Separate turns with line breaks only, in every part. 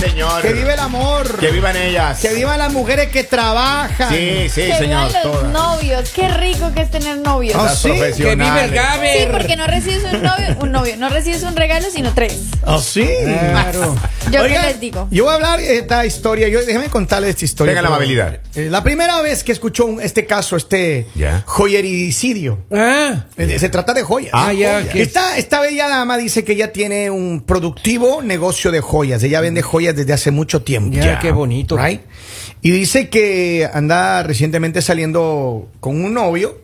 señor.
Que viva el amor.
Que vivan ellas.
Que vivan las mujeres que trabajan.
Sí, sí,
que
señor.
vean los
todas.
novios. Qué rico que es tener novios.
Ah,
Las
sí, que vive el
Que vive el
profesionales.
Sí,
Gaber.
porque no recibes un novio, un novio, no recibes un regalo, sino tres.
¿Ah, sí? Claro.
Yo qué les digo.
Yo voy a hablar esta historia. Yo, déjame contarles esta historia.
Venga la
por favor.
amabilidad.
Eh, la primera vez que escuchó un- este caso, este
Ya.
joyericidio.
Ah,
Eh, Se trata de joyas.
Ah, ya,
Joyas.
que-
Esta, esta bella dama dice que ella tiene un productivo negocio de joyas. Ella vende joyas desde hace mucho tiempo.
ya, qué bonito.
Right? Y dice que anda recientemente saliendo con un novio.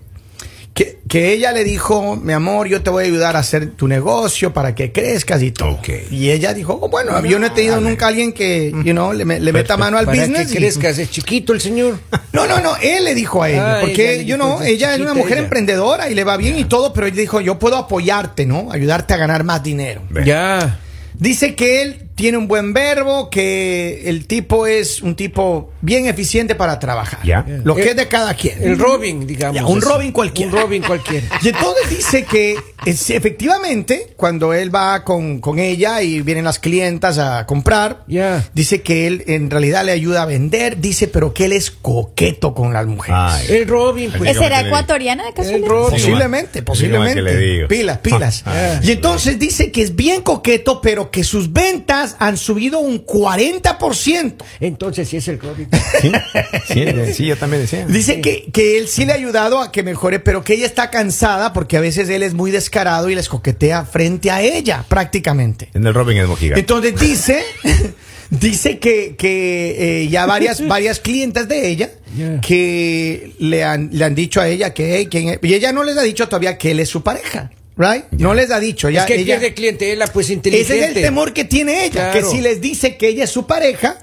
Que, que ella le dijo, mi amor, yo te voy a ayudar a hacer tu negocio para que crezcas y todo.
Ok.
Y ella dijo, "Oh, bueno, yo no he tenido nunca a alguien que, you know, le, me- le meta mano al
Para
business.
que
y-
crezcas, es chiquito el señor.
No, no, no, él le dijo a ella,
Ah,
porque,
ella le
you
dijo,
know,
desde
ella es una
chiquita
mujer
ella.
emprendedora y le va bien y todo, pero él dijo, yo puedo apoyarte, ¿no? Ayudarte a ganar más dinero.
Ve.
Ya.
Dice que él tiene un buen verbo, que el tipo es un tipo bien eficiente para trabajar.
Ya.
Lo que
El-
es de cada quien.
Eh, El Robin, digamos.
Mm. Ya, un
así.
Robin cualquiera.
Un Robin cualquiera.
Y entonces dice que es- efectivamente, cuando él va con, con ella y vienen las clientas a comprar,
Ya.
dice que él en realidad le ayuda a vender, dice, pero que él es coqueto con las mujeres.
Ay.
El Robin, pues.
Ese-
¿Será
que le-
ecuatoriana de
El
casualidad?
Robin.
Posiblemente, posiblemente.
Dígame que le digo.
Pilas, pilas.
Ah.
y entonces dice que es bien coqueto, pero que sus ventas han subido un 40%.
Entonces sí es el Robin.
Sí, sí, Ah, sí, yo también decía.
Dice que, que él sí le ha ayudado a que mejore, pero que ella está cansada porque a veces él es muy descarado y les coquetea frente a ella, prácticamente.
En el Robin es mojiga.
Entonces dice, dice que, que eh, ya varias, varias clientas de ella
Yeah.
que le han, le han dicho a ella que, hey, ¿quién es? y ella no les ha dicho todavía que él es su pareja, ¿right? No les ha dicho. Ya,
es que
ella-
pierde clientela, pues inteligente.
ese es el temor que tiene ella,
Claro.
que si les dice que ella es su pareja,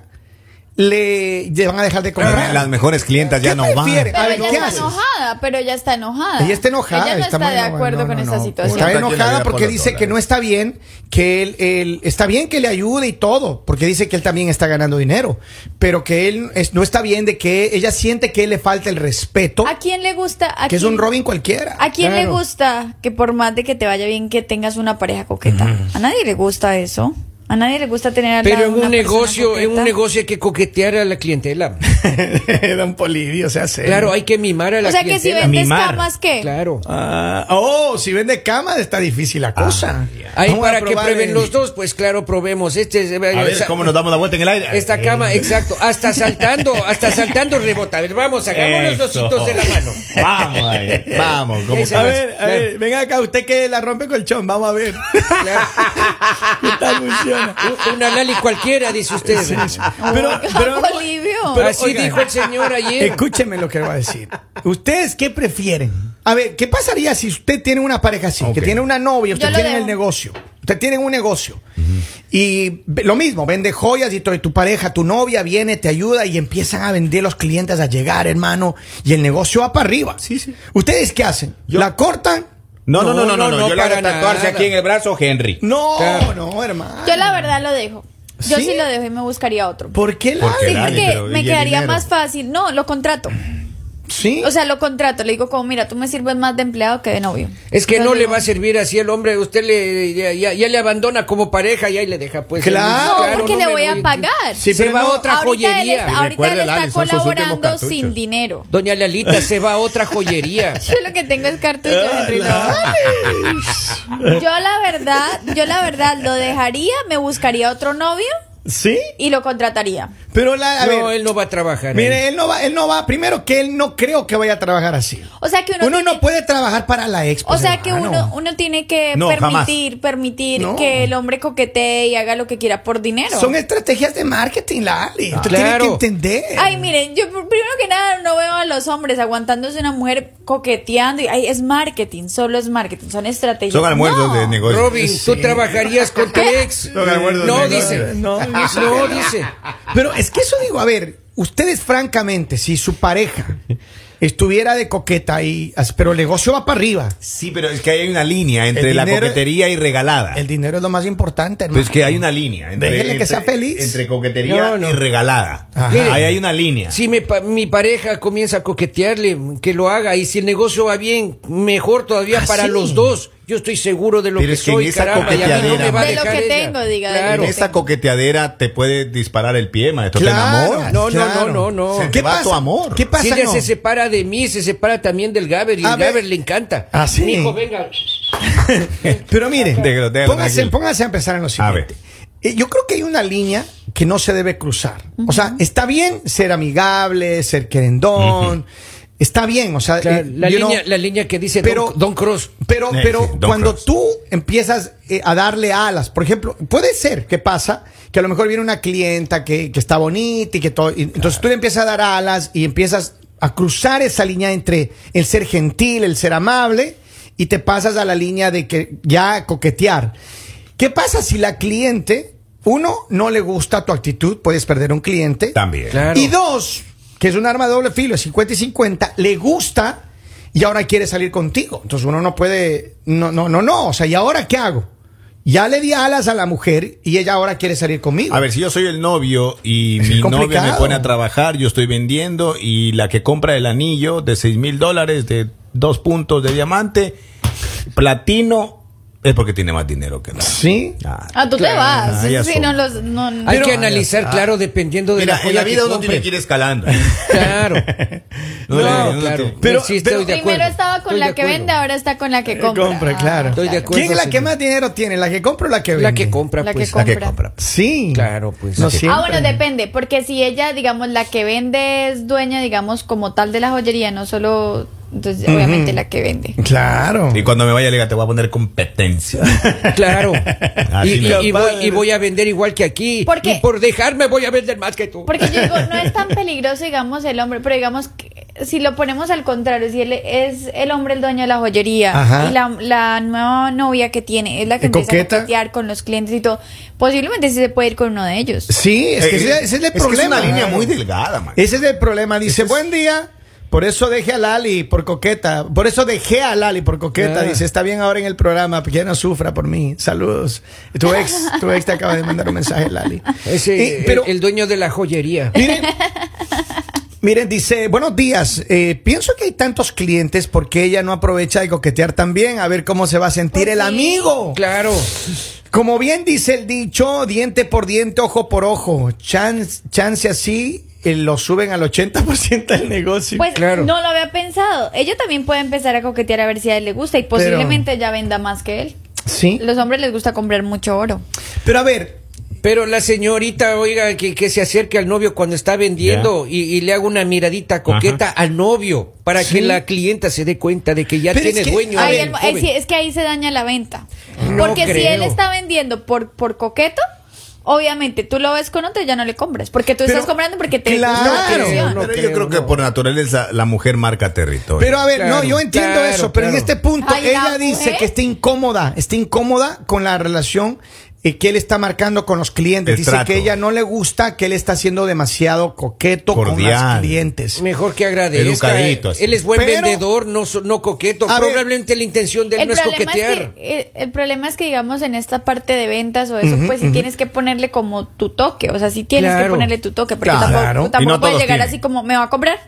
le, le van a dejar de comprar.
Las mejores clientas
¿Qué
ya no
prefiere?
van.
Pero
A ver,
ella
¿qué
está
haces?
enojada, pero ella está enojada.
Ella está enojada.
Ella no está,
muy
de
enojada.
acuerdo
No,
con
no,
esta
no.
situación.
Está
Cada quien la
enojada
vida
porque
por los
dice que
dólares.
no está bien, que él, él- está bien que le ayude y todo, porque dice que él también está ganando dinero, pero que él es- no está bien de que ella siente que le falta el respeto,
¿A quién le gusta? a
que es
quién-
un Robin cualquiera.
¿A quién le
Claro.
gusta que por más de que te vaya bien que tengas una pareja coqueta? A nadie le gusta eso. A nadie le gusta tener al
Pero
lado
en
una
un
persona
negocio, en
coqueta.
un negocio hay que coquetear a la clientela.
Don Polidio, se hace.
Claro, hay que mimar a la
O sea que si
clientela.
vendes
mimar.
camas, ¿qué?
Claro.
Ah, oh, si vende cama está difícil la cosa.
Ah, Ahí
Ah, Vamos a
para que
probar
prueben
el-
los dos, pues claro, probemos. Este se va-
A ver
esa-
cómo nos damos la vuelta en el aire. Eh.
Esta cama,
Eh.
exacto, hasta saltando, hasta saltando rebota. A ver, vamos, hagamos los
Eso.
dositos de la mano.
Vamos, ahí, vamos. como
Ahí se
A
que-
va.
ver, a ver, venga acá, usted que la rompe colchón, vamos a ver.
Oh
Claro.
¿Qué tal funciona?
Un- Una Lali cualquiera, dice usted.
Pero, pero,
Bolivio.
pero-
Así
oigan.
dijo el señor ayer.
Escúcheme lo que le voy a decir. ¿Ustedes qué prefieren? A ver, ¿qué pasaría si usted tiene una pareja así? Que
Ok.
tiene una novia,
Yo
usted
lo
tiene
dejo.
el negocio. Usted tiene un negocio. Y ve- lo mismo, vende joyas y todo, y tu pareja, tu novia viene, te ayuda y empiezan a vender los clientes a llegar, hermano, y el negocio va para arriba.
Sí, sí.
¿Ustedes qué hacen?
Yo-
¿La cortan?
No, no, no, no, no,
No,
no,
no,
Yo le hago
para
tatuarse
nada.
aquí en el brazo, Henry.
No,
Claro.
no, hermano.
Yo la verdad lo dejo. Yo
¿Sí?
sí, lo dejo y me buscaría otro. Ah,
¿Por qué la
Porque
Sí,
el año,
porque
pero, ¿y
me
el
quedaría
dinero?
más fácil. No, lo contrato.
Sí.
O sea, lo contrato. Le digo como, mira, tú me sirves más de empleado que de novio.
Es que
Yo
no le
digo,
va a servir así el hombre, usted le ya, ya- ya le abandona como pareja y ahí le deja pues.
Claro.
No,
el-
porque
no
le
me
voy a pagar.
Sí, se
pero
va
no,
otra
ahorita él,
joyería.
está- ahorita él
Recuerde,
está
Lali, son sus
colaborando
últimos
sin
cartuchos.
dinero.
Doña Lalita se va a otra joyería.
Yo lo que tengo es cartuchos,
Ah,
Henry, no. Yo la verdad, yo la verdad lo dejaría, me buscaría otro novio
sí.
y lo contrataría.
Pero la. A
no,
ver,
él no va a trabajar. ahí.
Mire, él no va, él no va, primero que él no creo que vaya a trabajar así.
O sea que uno,
Uno
tiene-
no puede trabajar para la expo.
O sea que uno,
hermano.
uno tiene que
ah, No, jamás.
permitir, permitir
No.
que el hombre coquetee y haga lo que quiera por dinero.
Son estrategias de marketing, Lali.
Ah,
Usted tiene
Claro.
que entender.
Ay, miren, yo pr- primero que nada no veo a los hombres aguantándose una mujer coqueteando. Y, ay, es marketing, solo es marketing, son estrategias.
Son almuerzos
No.
de negocio.
Robin, tú trabajarías con tu ex.
Pues No me acuerdo de
No,
mi
dice.
nombre.
No,
No,
dice.
no. Pero es que eso digo, a ver, ustedes francamente, si su pareja estuviera de coqueta y pero el negocio va para arriba,
Sí, pero es que hay una línea entre
El
la
dinero-
coquetería y regalada.
el dinero es lo más importante, hermano.
Pues que hay una línea. Entre,
Déjele que
entre-
sea feliz.
Entre coquetería
No, no.
y regalada.
Ajá.
Mire.
Ahí hay una línea.
Si me pa- mi pareja comienza a coquetearle, que lo haga. Y si el negocio va bien, mejor todavía
Ah,
para
sí.
los dos. yo estoy seguro de lo
Pero
que
es que en
soy,
esa
caramba, y a mí no me
coqueteadera-
va a
De lo
dejar
que
ella.
tengo, diga, de lo
Claro.
que
En esa coqueteadera te puede disparar el pie, maestro.
Claro,
te enamoras.
No, no,
claro.
no, no, no.
Se- te va tu amor.
¿Qué pasa?
Si ella
no?
se separa de mí, se separa también del Gaber y
A
el
ver.
Gaber le encanta.
Ah, sí.
Hijo, venga.
Pero miren,
Déjalo, déjalo,
póngase,
tranquilo.
póngase a empezar en lo
A ver.
siguiente. Eh, Yo creo que hay una línea que no se debe cruzar. O sea, está bien ser amigable, ser querendón. Está bien, o sea,
La,
eh,
la
you
línea,
know,
la línea que dice
pero-
Don, Don Cross.
pero,
Eh,
pero
sí, Don
cuando
Cross.
tú empiezas eh, a darle alas, por ejemplo, puede ser que pasa que a lo mejor viene una clienta que, que está bonita y que todo. y Entonces tú le empiezas a dar alas y empiezas a cruzar esa línea entre el ser gentil, el ser amable y te pasas a la línea de que ya coquetear. ¿Qué pasa si la cliente, uno, no le gusta tu actitud? Puedes perder un cliente.
También.
Claro.
Y dos, que es un arma de doble filo, 50 y 50, le gusta y ahora quiere salir contigo. Entonces uno no puede, no, no, no, no. O sea, ¿y ahora qué hago? Ya le di alas a la mujer y ella ahora quiere salir conmigo.
A ver, si yo soy el novio y
Es
mi novia me
complicado.
pone a trabajar, yo estoy vendiendo y la que compra el anillo de seis mil dólares, de dos puntos de diamante, platino, es porque tiene más dinero que la.
Sí.
Ah,
Ah, tú te
Claro,
vas.
ya
sí,
son.
no los. No, no.
Hay que analizar, claro, dependiendo de
Mira,
la
en la
joya que
vida uno tiene
compre.
que ir escalando.
Claro. No,
No, no,
claro.
no.
Pero-
sí, estoy
pero-
de acuerdo.
Primero estaba con
Estoy de
la que
acuerdo. Eh,
vende, ahora está con la que compra. Ah,
compra, claro.
Estoy de acuerdo.
¿Quién es la que
señor.
más dinero tiene? ¿La que compra o la que vende?
La que compra,
La que
pues.
La que
compra.
compra.
Sí.
Claro, pues.
No
La que-
siempre.
Ah, bueno, depende, porque si ella, digamos, la que vende es dueña, digamos, como tal de la joyería, no solo, entonces, obviamente la que vende.
Claro.
Y cuando me vaya, le diga, te voy a poner competencia.
Claro. Y,
Así
y-
no.
y voy, y voy a vender igual que aquí.
¿Por qué?
Y por dejarme voy a vender más que tú.
Porque yo digo, no es tan peligroso, digamos, el hombre, pero digamos, que si lo ponemos al contrario, si él es el hombre el dueño de la joyería
Ajá.
y la, la nueva novia que tiene es la que
¿Es
empieza
coqueta?
a coquetear con los clientes y todo, posiblemente sí se puede ir con uno de ellos.
Sí, es que
Eh,
ese, ese es el
que
problema. Eh,
es una línea muy delgada, man.
Ese es el problema. Dice, buen día. Por eso dejé a Lali por coqueta. Por eso dejé a Lali por coqueta.
Ah.
Dice, está bien ahora en el programa, que ya no sufra por mí. Saludos. Tu ex, tu ex te acaba de mandar un mensaje, Lali.
Ese,
Eh,
el-
pero,
el, dueño de la joyería.
miren, miren, dice, buenos días. Eh, pienso que hay tantos clientes porque ella no aprovecha de coquetear también. A ver cómo se va a sentir
Pues
el
sí.
amigo.
Claro.
Como bien dice el dicho, diente por diente, ojo por ojo. Chance, chance así eh, lo suben al 80% del negocio.
Pues
claro.
no lo había pensado. Ella también puede empezar a coquetear a ver si a él le gusta y posiblemente ella venda más que él.
sí.
Los hombres les gusta comprar mucho oro.
Pero a ver,
Pero la señorita, oiga, que, que se acerque al novio cuando está vendiendo y, y le haga una miradita coqueta al novio para
Sí.
que la clienta se dé cuenta de que ya
Pero es
tiene
que-
dueño.
Ahí
el
el-
joven.
eh, sí, es que ahí se daña la venta.
No
Porque si
creo.
él está vendiendo por, por coqueto, obviamente tú lo ves con otro y ya no le compras. Porque tú
Pero-
estás comprando porque te
claro.
gusta la atención.
No
Pero
creo,
yo creo que
no.
por naturaleza la mujer marca territorio.
pero a ver, no,
Claro,
yo entiendo
claro,
eso, pero en
claro.
este punto
Ay, la
ella dice
mujer.
que está incómoda, está incómoda con la relación eh, que él está marcando con los clientes.
El
dice
trato.
que ella no le gusta que él está siendo demasiado coqueto con los
Cordial.
clientes.
Mejor que agradezca.
Educadito, así.
Él es buen
Pero-
vendedor, no, so- no coqueto.
A ver.
Probablemente la intención de él
El
no es
problema es,
coquetear.
que, eh, el problema es que, digamos, en esta parte de ventas o eso, pues sí tienes que ponerle como tu toque. O sea, sí tienes que
Claro.
ponerle tu toque. Porque
Claro.
tampoco,
Y
tú tampoco
no
puedes
todos
llegar
tienen.
así como, ¿me va a comprar?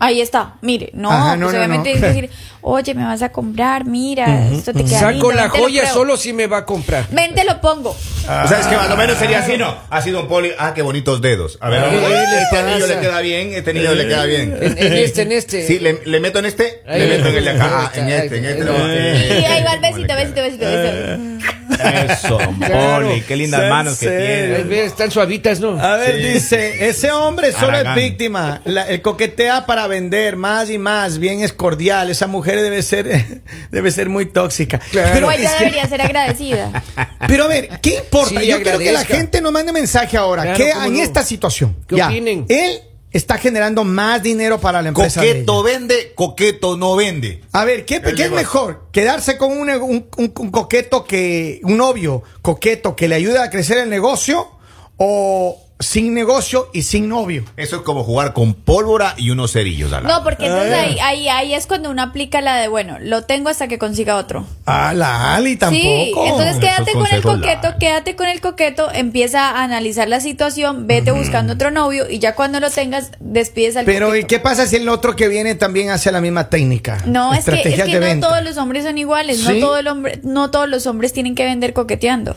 Ahí está, mire, no,
Ajá, no,
pues
no,
obviamente
no.
tienes que decir, oye, me vas a comprar, mira, esto te queda
Saco
lindo,
la
ven, te lo
joya
pruebo.
solo si me va a comprar.
Ven, te lo pongo.
O sea, es que más o menos sería así, ¿no? Ha sido un poli. Ah, qué bonitos dedos. A ver,
Ah,
vamos a
¿qué
ver.
le
Este anillo
pasa?
le queda bien, este anillo le queda bien.
En, en este, en este.
Sí, le, le meto en este,
Ahí.
le meto en el de acá. Ah, en
Ahí.
este, en este.
Ahí.
lo voy a
Y
hacer.
ahí va el
¿Cómo le
besito,
queda? Eh.
besito, besito, besito.
Eso,
Claro.
Poli, qué lindas manos que
Sincero.
Ay,
tiene.
Eh, ve, Están suavitas, ¿no?
A ver, dice, ese hombre solo
Aragán.
es víctima. La- el coquetea para vender más y más. Bien es cordial. Esa mujer debe ser, debe ser muy tóxica.
Claro.
Pero,
Pues
es
ya
que-
debería ser agradecida.
pero a ver, ¿qué importa?
Sí,
Yo quiero que la
agradezca.
gente nos mande mensaje ahora.
Claro,
¿Qué
cómo
en
no.
esta situación?
¿Qué opinen?
Él está generando más dinero para la empresa. de
Coqueto
ella.
vende, coqueto no vende.
A ver, ¿qué,
El
qué es
negocio.
mejor? ¿Quedarse con un, un- un- un coqueto que, un novio coqueto que le ayuda a crecer el negocio o sin negocio y sin novio.
Eso es como jugar con pólvora y unos cerillos al lado.
No, porque entonces ahí, ahí, ahí es cuando uno aplica la de, bueno, lo tengo hasta que consiga otro.
Ah, la Ali tampoco.
Sí, entonces quédate con el
consejos
coqueto,
la-
quédate con el coqueto, empieza a analizar la situación, vete buscando otro novio y ya cuando lo tengas, despides al
Pero ¿y
coqueto.
qué pasa si el otro que viene también hace la misma técnica?
No, es que, es
Estrategias
que
de
no
venta.
todos los hombres son iguales,
Sí.
no, todo el hombre, no todos los hombres tienen que vender coqueteando.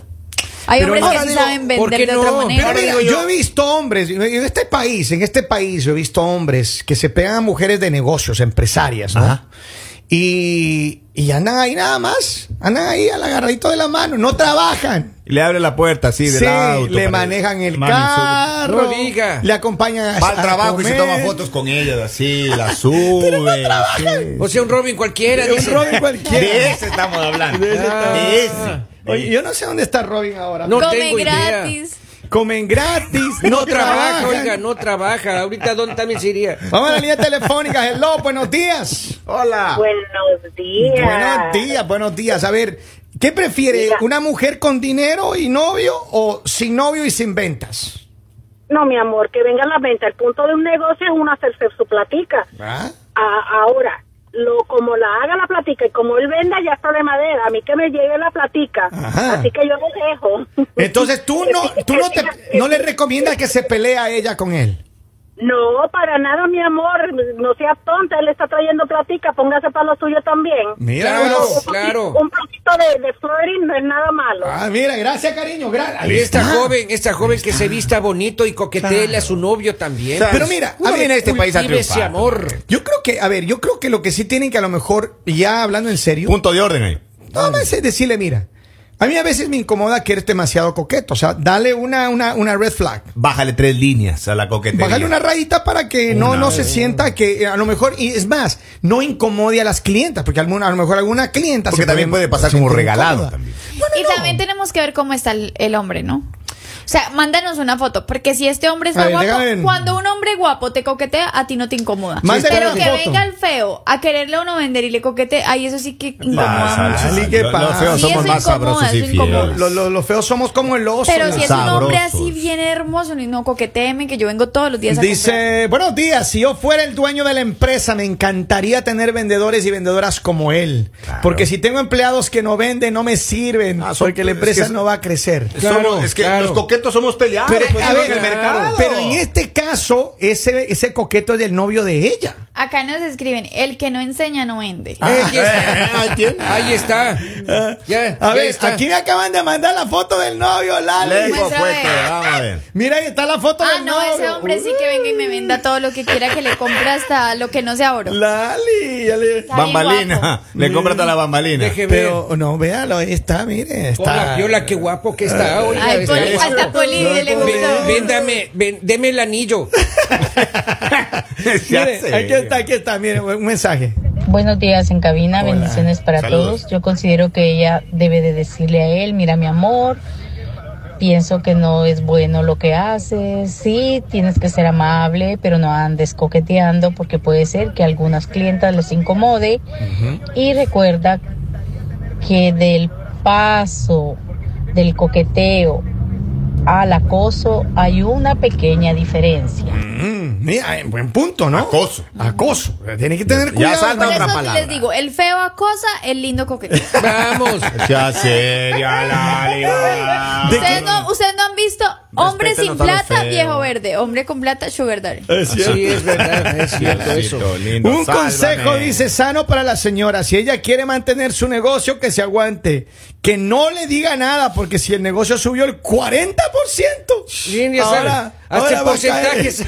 Hay
Pero
hombres
ahora
que sí
digo,
saben
¿por
vender
qué
de otra
no?
manera.
Pero
Ahora
mira,
digo
yo,
yo-
he visto hombres, en este país, en este país yo he visto hombres que se pegan a mujeres de negocios, empresarias, ¿no?
Ajá.
Y, y andan ahí nada más, andan ahí al agarradito de la mano, no trabajan.
Y Le abre la puerta así del
Sí,
auto.
le
para-
manejan el
Mami,
carro,
No diga.
le acompañan a,
sube. Va al
a
trabajo y se
comer.
toma fotos con ellas así, la sube. así.
O sea, un Robin cualquiera.
Un
dice.
Robin cualquiera.
De ese estamos hablando. De ese.
estamos-
Oye, yo no sé dónde está Robin ahora.
No
Come
tengo idea.
gratis.
Comen gratis,
No trabaja,
trabajan. Ah,
oiga, no trabaja. Ahorita, ¿dónde también se iría?
Vamos a la línea telefónica. Hello, buenos días.
Hola.
Buenos días.
Buenos días, buenos días. A ver, ¿qué prefiere?
Mira.
¿Una mujer con dinero y novio o sin novio y sin ventas?
No, mi amor, que venga la venta. El punto de un negocio es una hacerse su platica.
¿Ah?
A- ahora, lo como la haga la platica y como él venda ya es problema de él. A mí que me llegue la platica.
Ajá.
Así que yo lo dejo.
Entonces tú no, tú no, te, no le recomiendas que se pelee a ella con él.
No, para nada, mi amor. No seas tonta. Él está trayendo platica. Póngase para lo suyo también.
Mira,
Claro.
bueno.
Un poquito-
claro.
Un poquito de, de flirting no es nada malo.
Ah, mira, gracias, cariño. Gracias.
Y esta joven, esta joven que se vista bonito y coquetele a su novio también.
¿Sabes?
Pero mira,
uno
a ver,
viene a este país a
Cultive ese
triunfar.
amor.
Yo creo que, a ver, yo creo que lo que sí tienen que a lo mejor, ya hablando en serio,
Punto de orden ahí.
No, más es decirle, mira, a mí a veces me incomoda que eres demasiado coqueto. O sea, dale una, una, una red flag.
Bájale tres líneas a la coquetería.
Bájale una rayita para que no,
Una.
no se sienta que eh, a lo mejor, y es más, no incomode a las clientas, porque alguna, a lo mejor alguna clienta
Porque también puede pasar
se
como
siente
regalado
incómoda.
también.
y también tenemos que ver cómo está el, el hombre, ¿no? O sea, mándanos una foto, porque si este hombre
A
está
ver,
guapo,
déjame ver.
cuando un hombre guapo te coquetea, a ti no te incomoda.
Mándale
Pero
una
que
foto.
venga el feo a quererle a uno vender y le coquetea, ahí eso sí que
Más,
incomoda. mucho.
Sánchez.
Sánchez. Lo- Los feos
Sí,
somos
eso
más
incomoda,
sabrosos y
eso incomoda.
fieles.
Los, los- los feos somos como el oso.
Pero
¿no?
si es un hombre así
Sabrosos.
bien hermoso, y no coqueteeme, que yo vengo todos los días a comprar.
Dice, buenos días, si yo fuera el dueño de la empresa, me encantaría tener vendedores y vendedoras como él.
Claro.
Porque si tengo empleados que no venden, no me sirven,
Ah, son-
porque la
es que
empresa
es-
no va a crecer.
Claro,
Somos- es que
claro.
los coquetos somos peleados.
Pero,
pues,
a
en
ver,
el mercado.
pero en este caso, ese, ese coqueto es del novio de ella.
Acá nos escriben, el que no enseña no vende.
Ah,
Ahí está.
ahí tiene.
Ahí está. Mm. Ya,
A
ya
ver,
está.
aquí me acaban de mandar la foto del novio, Lali.
Lego
Muestra
fuerte,
de-
pues, vamos a ver.
Mira, ahí está la foto
Ah,
del
no,
novio.
ese hombre sí que venga y me venda todo lo que quiera que le compre hasta lo que no se oro.
Uh, Lali, ya le-
Está bien
Bambalina.
guapo.
Le compras a la bambalina.
Deje ver.
Pero no, véalo, ahí está, mire,
Hola,
está.
Viola, qué guapo que está. oiga,
Ay,
está
Poli,
guapo.
hasta Poli le
Ven-
gustó.
véndame, ven- deme el anillo.
Se
Mire,
hace.
aquí está, aquí está, mire, un mensaje.
Buenos días en cabina,
Hola.
bendiciones para
Saludos.
todos. Yo considero que ella debe de decirle a él, mira mi amor, pienso que no es bueno lo que haces, sí, tienes que ser amable, pero no andes coqueteando porque puede ser que a algunas clientas les incomode. Y recuerda que del paso del coqueteo al acoso hay una pequeña diferencia.
Mm, mira, eh, buen punto, ¿no?
Acoso.
Acoso. Tiene que tener
Ya
cuidado.
salta
Por
otra
eso
palabra.
les digo, el feo acosa, el lindo coquetea.
Vamos.
Ya seria, Lali. va.
Ustedes no, ustedes no han visto hombre sin
Respétenos a los
plata,
feos.
viejo verde. Hombre con plata, sugar daddy.
Sí, es verdad, es cierto
Diosito
eso.
lindo,
Un
sálvame.
consejo dice sano para la señora. Si ella quiere mantener su negocio, que se aguante. Que no le diga nada, porque si el negocio subió el 40%,
Sí, ya sabe. Hace
ahora va a caer.
porcentajes.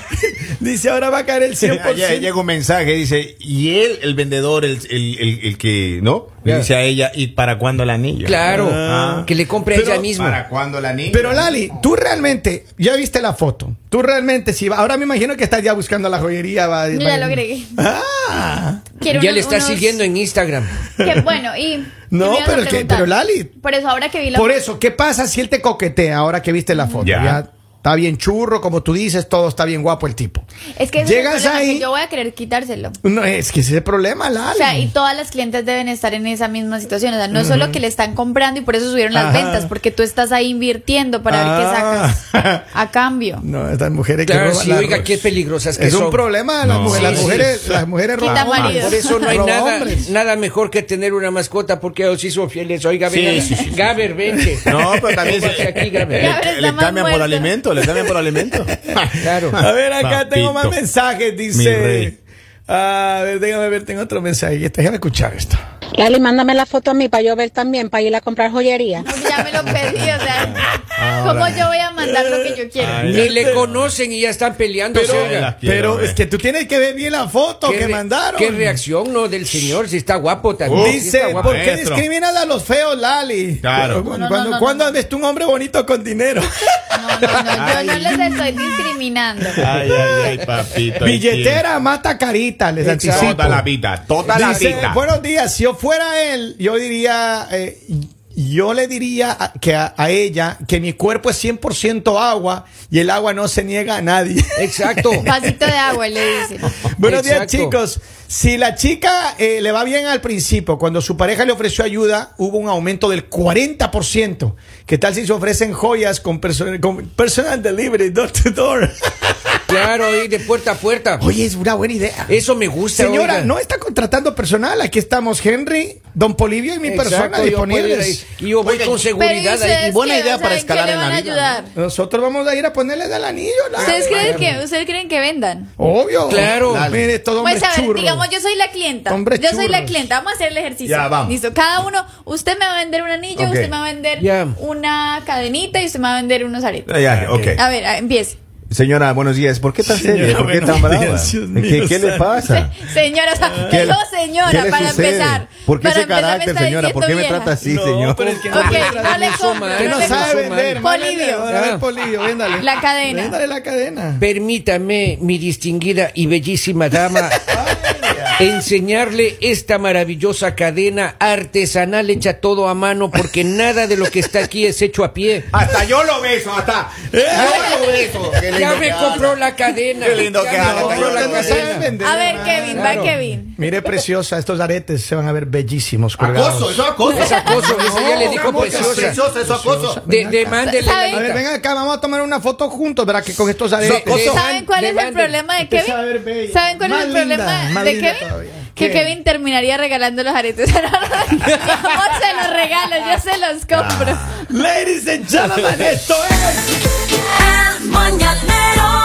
Dice, ahora va a caer el 100%.
Ayer llega un mensaje, dice, y él, el vendedor, el, el, el, el que, ¿no? Le
Ya.
dice a ella, ¿y para cuándo el anillo?
Claro,
Ah.
que le compre a
Pero,
ella misma.
¿Para cuándo el anillo?
Pero Lali, tú realmente, ya viste la foto. Tú realmente, si va- ahora me imagino que estás ya buscando la joyería. Va,
Yo ya lo agregué.
Ah.
Quiero
Ya
unos-
le está
unos-
siguiendo en Instagram.
Que bueno, y.
No,
y me ibas a
pero es que-
preguntar.
pero Lali-
Por eso, ahora que vi la.
Por eso, ¿qué pasa si él te coquetea ahora que viste la foto?
Ya.
Ya. Está bien churro, como tú dices, todo está bien guapo el tipo.
Es que ese es el
llegas
problema, que
ahí.
yo voy a querer quitárselo.
No, es que ese es el problema, Lalo.
O sea, y todas las clientes deben estar en esa misma situación. O sea, no es solo que le están comprando y por eso subieron las
Ajá.
ventas, porque tú estás ahí invirtiendo para ver qué
Ah.
sacas a cambio.
No, estas mujeres que
Claro,
roban
sí,
la-
oiga, qué peligrosas que
Es un
son.
problema de las
No.
mujeres.
Sí,
las
sí.
mujeres, las mujeres
Quita
roban.
marido.
Por eso no hay
Roba
nada,
hombres.
nada mejor que tener una mascota porque os hizo fieles. Oiga,
Sí,
ven,
sí, sí, sí.
Gaber, vente.
No, pero también
Pásate
se-
aquí, Gaber.
Ya ves,
le, le
está más
cambian por
muerto.
alimento, le cambian por alimento.
Claro.
A ver, acá tengo más
Papito.
mensajes,
Mi rey.
dice. Ah, A ver, déjame ver, tengo otro mensaje. Este, Déjame escuchar esto.
Lali, mándame la foto a mí para yo ver también, para ir a comprar joyería.
Porque ya me lo pedí, o sea, ¿cómo yo voy a mandar lo que yo quiero?
Ah, Ay,
Ni le conocen y ya están peleando.
Pero-
oiga.
Quiero
Pero
ver.
es que tú tienes que ver bien la foto que
re-
mandaron.
¿Qué reacción, no? Del señor, si está guapo también.
Uh,
si está
Dice,
guapo.
¿por qué
Maestro.
discriminas a los feos, Lali?
Claro.
¿Cu-
No, no,
¿Cuándo,
no, no,
cuándo
no.
has visto un hombre bonito con dinero?
No, no, no, yo no les estoy discriminando.
Ay, ay, ay, papito. ay,
Billetera mata carita, les
tío.
anticipo.
Toda la vida, toda la
Dice,
vida.
buenos días, si yo fuera él, yo diría, eh, yo le diría a- que a, a ella que mi cuerpo es 100% agua y el agua no se niega a nadie.
Exacto.
Pasito de agua, le dicen.
buenos días
Exacto.
chicos, si la chica eh, le va bien al principio, cuando su pareja le ofreció ayuda, hubo un aumento del 40%. ¿Qué tal si se ofrecen joyas con, person- con personal delivery, door to door?
Claro, y de puerta a puerta.
Oye, es una buena idea.
Eso me gusta,
Pues, Señora,
oiga.
no está contratando personal. Aquí estamos Henry, Don Polivio y mi
Exacto,
persona
yo puedo ir
disponibles.
ahí. Y yo voy
Oiga,
con
Pero ¿y
seguridad ahí.
ustedes
buena
qué?
idea
¿No
para
saben qué
escalar
le
en la
van a
vida,
ayudar?
Nosotros vamos a ir a ponerles el anillo. la-
¿Ustedes creen que, ¿Ustedes creen que vendan?
Obvio.
Claro.
Mire, estos hombres
Pues a ver,
churros.
digamos, yo soy la clienta.
Hombres
yo soy la
churros.
clienta. Vamos a hacer el ejercicio.
Ya, vamos.
Listo. Cada uno, usted me va a vender un anillo,
Ok.
usted me va a vender
Ya.
una cadenita y usted me va a vender unos aretes.
Ay, ay, ok.
A ver, a- empiece.
Señora, buenos días. ¿Por qué tan
Señora,
seria? ¿Por qué
buenos
tan brava?
días, Dios
¿Qué,
mío,
qué le
santo.
pasa?
Señora, o sea,
¿Qué le-
no, señora,
qué le
para
sucede?
empezar.
¿Por qué
para
ese
empezar me
carácter,
está
señora? ¿Por qué me
diciendo
trata así,
No,
señor?
pero es que no
Ok,
puede
no le compro.
Que no
le
sabe
compro.
vender.
Polivio.
mándale, ahora
Ya.
el Polivio, véndale.
La cadena.
Véndale la cadena.
Permítame, mi distinguida y bellísima dama, enseñarle esta maravillosa cadena artesanal hecha todo a mano, porque nada de lo que está aquí es hecho a pie.
Hasta yo lo beso, hasta.
Eh.
Yo lo beso. Ah, Qué lindo
Ya
que
me
habla.
compró la cadena.
Qué lindo
Ya
que
me
habla,
compró
señor.
la
Usted no
cadena.
sabe vender.
A ver, Kevin,
Claro.
va Kevin.
Mire, preciosa, estos aretes se van a ver bellísimos. colgados.
Acoso, eso es acoso.
Es acoso, ese ya le dijo
¿cómo que
preciosa.
Preciosa, eso es acoso.
De, demándele la
¿Saben?
A ver,
nota.
vengan acá, vamos a tomar una foto juntos, ¿verdad? Que con estos aretes.
Socoso. Eso.
¿Saben cuál es el
Levante.
problema de
Usted sabe ver
Kevin?
bella.
¿Saben cuál es
Más
el
linda,
problema
más
de
linda
Kevin?
todavía.
Que
¿Qué?
Kevin terminaría regalando los aretes. No, se los regalo, yo se los compro.
Ladies and gentlemen, esto es.
El mañanero